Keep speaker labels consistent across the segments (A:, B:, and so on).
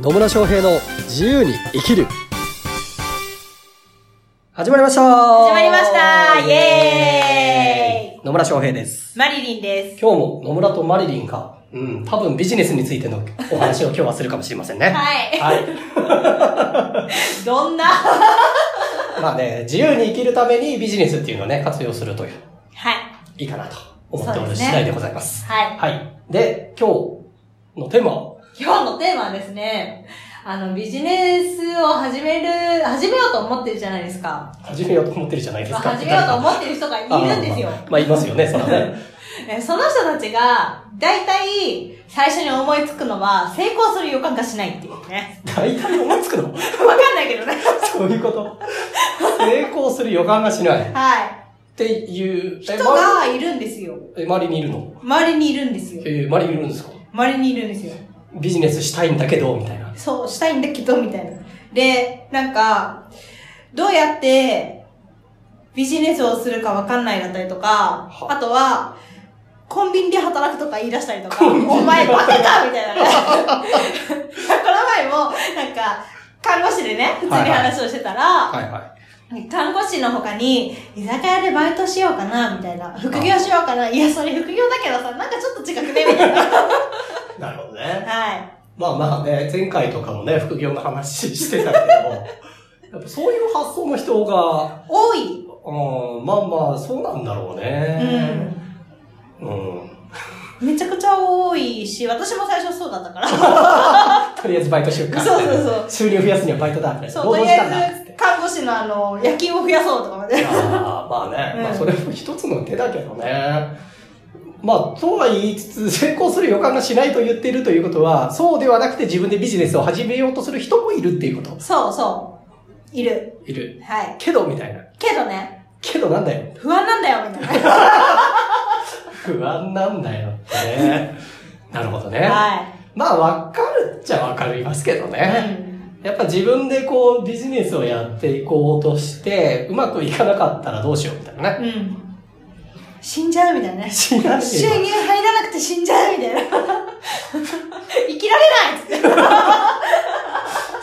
A: 野村翔平の自由に生きる始まりました始
B: まりましたイエ
A: 野村翔平です
B: マリリンです。
A: 今日も野村とマリリンがうん多分ビジネスについてのお話を今日はするかもしれませんね
B: はい。
A: はい
B: どんなは
A: まあね自由に生きるためにビジネスっていうのをね活用するという
B: い。
A: いいかなと思ってお
B: そう
A: る
B: です
A: 次
B: ね
A: 第でございます
B: はい。
A: はいで今日のテーマは
B: 今日のテーマはですね、あの、ビジネスを始める、始めようと思ってるじゃないですか。
A: 始めようと思ってるじゃないですか
B: 始めようと思ってる人がいるんですよ
A: あ。まあまあ、いますよね、そら ね。
B: えその人たちが、大体、最初に思いつくのは、成功する予感がしないっていうね。
A: 大体思いつくの
B: わかんないけどね。
A: そういうこと。成功する予感がしない。っ
B: は
A: ていう。
B: い。
A: え
B: 人がいるんですよ。
A: 周りえ周りにいるの
B: 周りにいるんですよ。
A: えー、周りにいるんですか
B: 周りにいるんですよ。
A: ビジネスしたいんだけど、みたいな。
B: そう、したいんだけど、みたいな。で、なんか、どうやってビジネスをするかわかんないだったりとか、
A: は
B: あとは、コンビニで働くとか言い出したりとか、
A: コンビニで
B: お前バカかみたいなね。 この前も、なんか、看護師でね、普通に話をしてたら、
A: はいは
B: 看護師の他に、居酒屋でバイトしようかな、みたいな。副業しようかな。いや、それ副業だけどさ、なんかちょっと違くね、みたいな。
A: い。なるほどね。
B: はい。
A: まあまあね、前回とかもね、副業の話してたけど、 やっぱそういう発想の人が、
B: 多い。
A: うん、まあまあ、そうなんだろう
B: うん
A: ね。。うん。
B: めちゃくちゃ多いし、私も最初そうだった から。
A: とりあえずバイトしようか。
B: そうそうそう
A: 収入増やすにはバイトだ。
B: そう、とりあえず、看護師のあの、夜勤を増やそうとかまで。
A: ああ、まあね、
B: うん
A: まあそれも一つの手だけどね。まあ、とは言いつつ、成功する予感がしないと言っているということは、そうではなくて自分でビジネスを始めようとする人もいるっていうこと。
B: そうそう。いる。
A: いる。
B: はい。
A: けど、みたいな。
B: けどね、
A: けどなんだよ。
B: 不安なんだよ、みたいな。
A: 不安なんだよってね。 なるほどね。
B: は
A: まあ、わかるっちゃわかりますけど
B: い。
A: ね。やっぱ自分でこう、ビジネスをやっていこうとして、うまくいかなかったらどうしようみたいなね。
B: うん。うん。死んじゃうみたいなね。収
A: 知らねえよ
B: 入入らなくて死んじゃうみたいな。 生きられないっつって。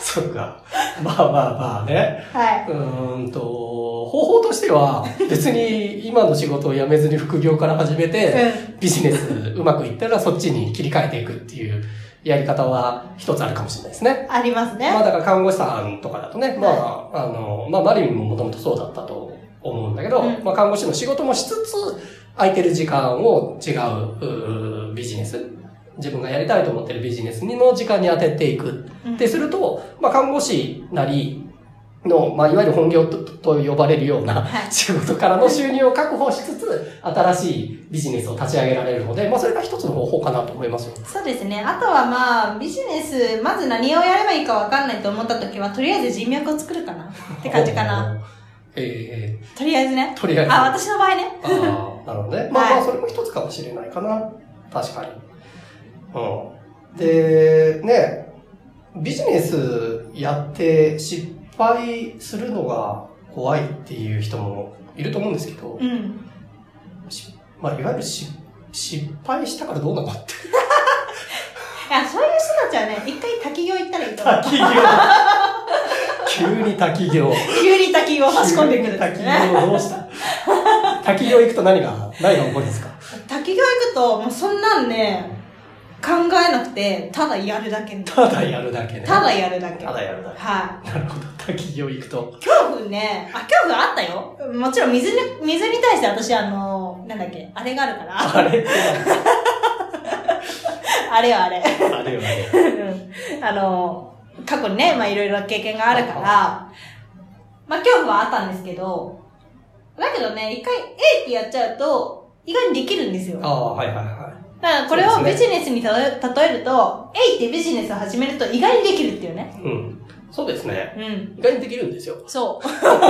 A: そっか。 まあまあまあね。
B: は
A: うーんと、方法として は、別に今の仕事を辞めずに副業から始めて、
B: い。
A: ビジネスうまくいったらそっちに切り替えていくっていうやり方は一つあるかもしれないですね。
B: うん。ありますね。
A: まあ
B: は
A: だから看護師さんとかだとね、まあ、あの、まあマリンももともとそうだったと思うんだけど、
B: うん
A: まあ看護師の仕事もしつつ、空いてる時間を違ううービジネス、自分がやりたいと思ってるビジネスの時間に当てていくってすると、まあ、看護師なりの、まあ、いわゆる本業とと呼ばれるような
B: い。
A: 仕事からの収入を確保しつつ、新しいビジネスを立ち上げられるので、まあ、それが一つの方法かなと思いますよ。
B: そうですね。あとはまあ、ビジネス、まず何をやればいいかわかんないと思った時は、とりあえず人脈を作るかなって感じかな。
A: な。え
B: とりあえずね
A: ー、。とりあえず。
B: あ、私の場合ね。
A: あーなるほどね。まあま
B: は
A: あ、
B: い
A: それも一つかもしれないかな。確かに。うん。で、ね、ビジネスやって失敗するのが怖いっていう人もいると思うんですけど、
B: うん。
A: しまあ、いわゆるし失敗したからどうなのって。
B: いや、そういう人たちはね、一回滝行行ったらいいと思う。
A: 滝行急に滝 行。
B: 急に滝行を差し込んでくるんです
A: 滝
B: ね。
A: 行どうした滝行行くと何が、何が起こるんですか
B: 滝行行くと、もうそんなんね、考えなくて、ただやるだけ。
A: ただやるだけね。
B: ただやるだけ。
A: た
B: はい。
A: だやるだけ。なるほど。滝行行くと。
B: 恐怖ね、あ、恐怖あったよ。もちろん水に、水に対して私あの、なんだっけ、あれがある から。
A: あれってな
B: あれよあれ。
A: んだあれよね。
B: うんあの、過去にね、まあいろいろな経験があるから、まあ恐怖はあったんですけど、だけどね、一回、えいってやっちゃうと、意外にできるんですよ。
A: あ
B: だか
A: あ、はいはいは
B: らこれ
A: そ
B: を
A: うで
B: ビ
A: す
B: ジネスにたとえ例えると、えいってビジネスを始めると意外にできるっていうね。
A: い。うん。そうですね。
B: うん。
A: 意外にできるんですよ。
B: そう。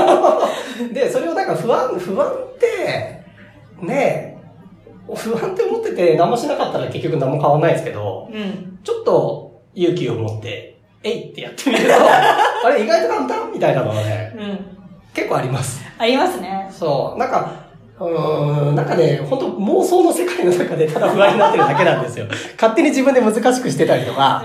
A: で、それをなんか不安、不安って、ねえ、不安って思ってて何もしなかったら結局何も変わんないですけど、
B: うん。
A: ちょっと勇気を持って、えいってやってみ ると、あれ意外と簡単みたいなのがね、
B: うん。
A: 結構あります。
B: ありますね。
A: そう、なんか、うーん、なんかね、本当妄 想の世界の中でただ不安になってるだけなんですよ。勝手に自分で難しくしてたりとか、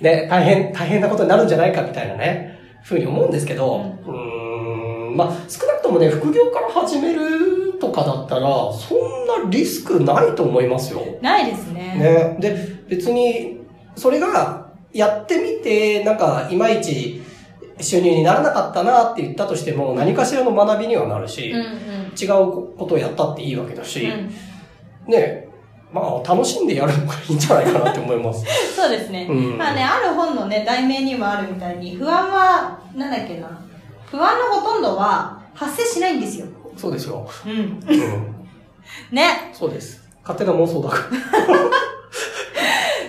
A: ね、大変、大変なことになるんじゃないかみたいなね、ふうに思うんですけど、うーん、まあ、少なくともね、副業から始めるとかだったら、そんなリスクないと思いますよ。
B: ないです
A: ね。
B: ね。
A: で、別に、それが、やってみて、なんか、いまいち収入にならなかったなって言ったとしても、何かしらの学びにはなるし、
B: うんうん。
A: 違うことをやったっていいわけだし、
B: うん
A: ね、まあ、楽しんでやるのがいいんじゃないかなって思います。
B: そうですね。
A: うん
B: まあね、ある本のね、題名にもあるみたいに、不安は、なんだっけな。不安のほとんどは発生しないんですよ。
A: そうですよ。
B: うん。
A: うん。
B: ね。
A: そうです。勝手な妄想だから。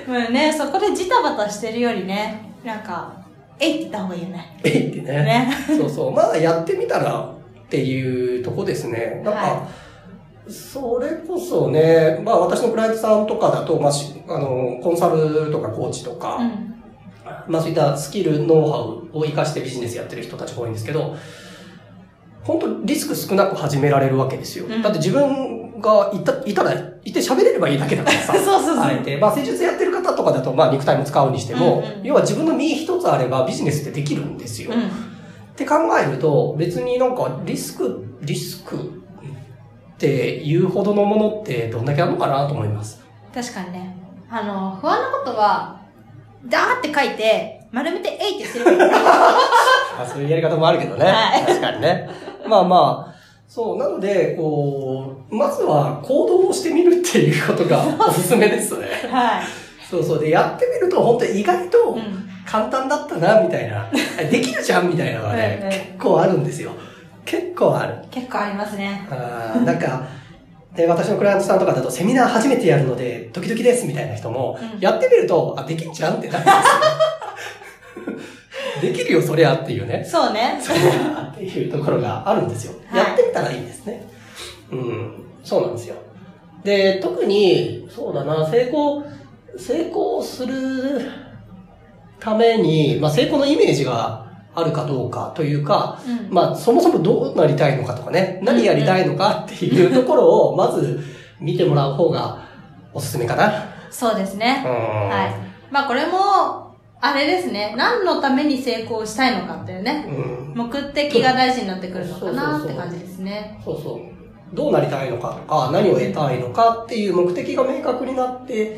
B: まあね、そこでジタバタしてるよりね、なんか、えいって言った方がいいよね。
A: えいってね。
B: ね。
A: そうそう。まあ、やってみたらっていうとこですね。なんか、
B: は
A: それこそね、まあ私のクライアントさんとかだと、まあし、あの、コンサルとかコーチとか、
B: うん。
A: まあそういったスキル、ノウハウを活かしてビジネスやってる人たちが多いんですけど、本当リスク少なく始められるわけですよ。
B: うん
A: だって自分がいた、いたら、いて喋れればいいだけだからさ
B: そう。そうそう。
A: あえて、まあ、施術やってる方とかだと、まあ、肉体も使うにしても、
B: うんうん
A: 要は自分の身一つあればビジネスってできるんですよ。
B: うん。
A: って考えると、別になんかリスク、リスクっていうほどのものってどんだけあるのかなと思います。
B: 確かにね。あの、不安なことは、ダーって書いて、丸めて、えいってしてればいい。
A: あそういうやり方もあるけどね。
B: はい
A: 確かにね。 まあまあ、そう、なので、こう、まずは行動をしてみるっていうことがおすすめですね。
B: はい。
A: そうそう。で、やってみると本当意外と
B: うん。
A: 簡単だったな、みたい な。できるじゃん、みたいなのが
B: うんうん
A: ね、結構あるんですよ。結構ある。
B: 結構ありますね。
A: あーなんか、で私のクライアントさんとかだとセミナー初めてやるので、ドキドキですみたいな人も、
B: うん
A: やってみると、あ、できんじゃんってなるんですよ。でき るよ、そりゃっていうね。
B: そうね。
A: そりゃっていうところがあるんですよ。
B: はい
A: やってみたらいいんですね。うん、そうなんですよ。で、特に、そうだな、成功、成功するために、まあ成功のイメージがあるかどうかというか、
B: うん。
A: まあ、そもそもどうなりたいのかとかね、何やりたいのかっていうところを、まず見てもらう方がおすすめかな。
B: そうですね。
A: は
B: はい。まあこれも、あれですね。何のために成功したいのかっていうね。
A: い。うん。
B: 目的が大事になってくるのかなって感じですね。
A: そうそう。どうなりたいのかとか、何を得たいのかっていう目的が明確になって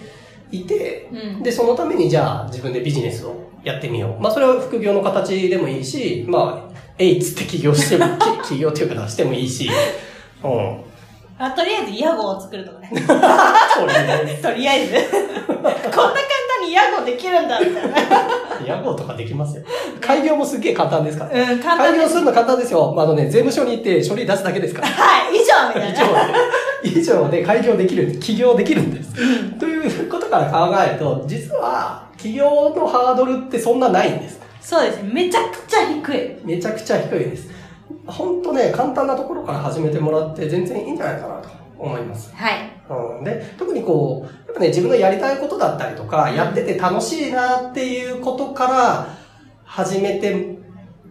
A: いて、
B: うん。
A: で、そのためにじゃあ自分でビジネスをやってみよう。まあ、それは副業の形でもいいし、まあ、えいっつって起業しても、 き起業っていうか出してもいいし、うん。
B: あとりあえずイヤゴを作るとかね。
A: そうね。
B: とりあえず。 こんな簡単にイヤゴできるんだみたいな。
A: ヤゴとかできますよ。開業もすっげえ簡単ですから。
B: うん、簡単
A: 開業
B: ですす。
A: るの簡単ですよ。まあ、あのね、税務署に行って書類出すだけですか ら。
B: はい、以上みたい
A: 以
B: な。
A: 上で、以上で開業できる、起業できるんです。ということから考えると、実は、起業のハードルってそんなないんです。
B: そうですね。めちゃくちゃ低い。
A: めちゃくちゃ低いです。ほんとね、簡単なところから始めてもらって全然いいんじゃないかなと思います。
B: はい。
A: うん、で、特にこう、やっぱね、自分のやりたいことだったりとか、やってて楽しいなっていうことから始めて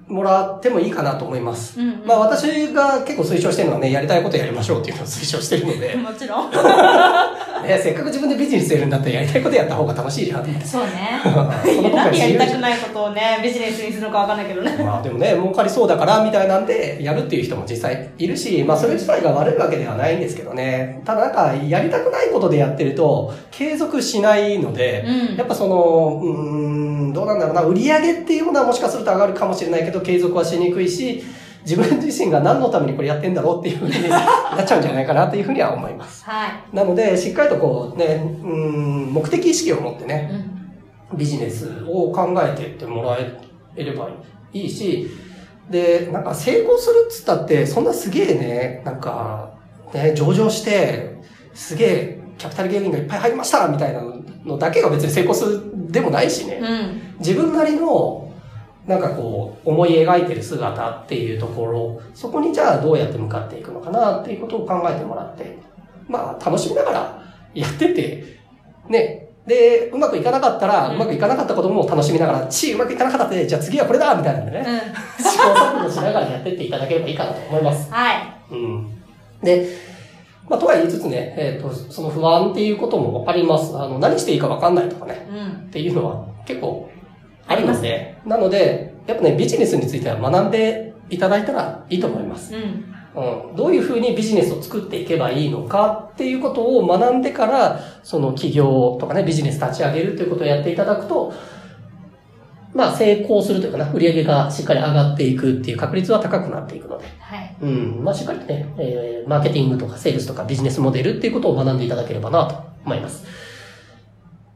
A: もらってもいいかなと思います。
B: うんうん、
A: まあ私が結構推奨してるのはね、やりたいことやりましょうっていうのを推奨してるの で、
B: もちろん。
A: えせっかく自分でビジネスやるんだったらやりたいことやった方が楽しいじゃ んって。
B: そうね。
A: そ
B: い
A: の
B: や
A: 方が
B: 何や
A: 自
B: り
A: 由
B: た
A: じゃ
B: く
A: ん
B: ないことをね、ビジネスにするのかわかんないけどね。
A: まあでもね、儲かりそうだからみたいなんで、やるっていう人も実際いるし、まあそれ自体が悪いわけではないんですけどね。ただなんか、やりたくないことでやってると、継続しないので、
B: うん
A: やっぱその、うーん、どうなんだろうな、売り上げっていうものはもしかすると上がるかもしれないけど、継続はしにくいし、自分自身が何のためにこれやってんだろうっていうふうになっちゃうんじゃないかなっていうふうには思います。
B: はい。
A: なので、しっかりとこうね、うーん、目的意識を持ってね、
B: うん。
A: ビジネスを考えてってもらえればいいし、で、なんか成功するっつったって、そんなすげえね、なんか、ね、上場して、すげえキャピタルゲインがいっぱい入りましたみたいなのだけが別に成功するでもないしね、
B: うん。
A: 自分なりの、なんかこう、思い描いてる姿っていうところ、そこにじゃあどうやって向かっていくのかなっていうことを考えてもらって、まあ、楽しみながらやってて、ね、で、うまくいかなかったら、
B: う
A: うんまくいかなかったことも楽しみながら、ち、うまくいかなかったで、じゃあ次はこれだみたいなんで
B: う
A: ね、
B: ん。
A: 試行錯誤しながらやってっていただければいいかなと思います。
B: はい。
A: うん。で、まあ、とは言いつつね、えっ、と、その不安っていうこともあります。あの、何していいかわかんないとかね、
B: う
A: っ
B: ん。
A: ていうのは結構るので、なので、やっぱね、ビジネスについては学んでいただいたらいいと思います。
B: うん。
A: うん、どういうふうにビジネスを作っていけばいいのかっていうことを学んでから、その企業とかね、ビジネス立ち上げるということをやっていただくと、まあ成功するというかな、売り上げがしっかり上がっていくっていう確率は高くなっていくので、
B: はい。
A: うん、まあしっかりとね、えーマーケティングとかセールスとかビジネスモデルっていうことを学んでいただければなと思います。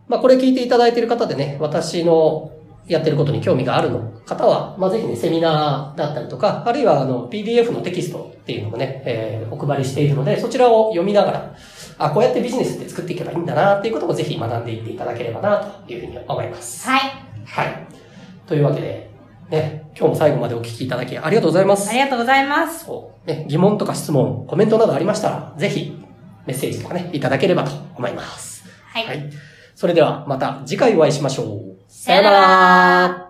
A: まあこれ聞いていただいている方でね、私のやってることに興味があるの方は、まあぜひね、セミナーだったりとか、あるいはあの、PDF のテキストっていうのもね、えーお配りしているので、そちらを読みながら、あ、こうやってビジネスって作っていけばいいんだなっていうこともぜひ学んでいっていただければなというふうに思います。
B: はい。
A: はい。というわけで、ね、今日も最後までお聞きいただきありがとうございます
B: あ。りがとうございます。
A: そうね、疑問とか質問、コメントなどありましたら、ぜひメッセージとかね、いただければと思います。
B: はい。
A: それではまた次回お会いしましょう。
B: さよなら。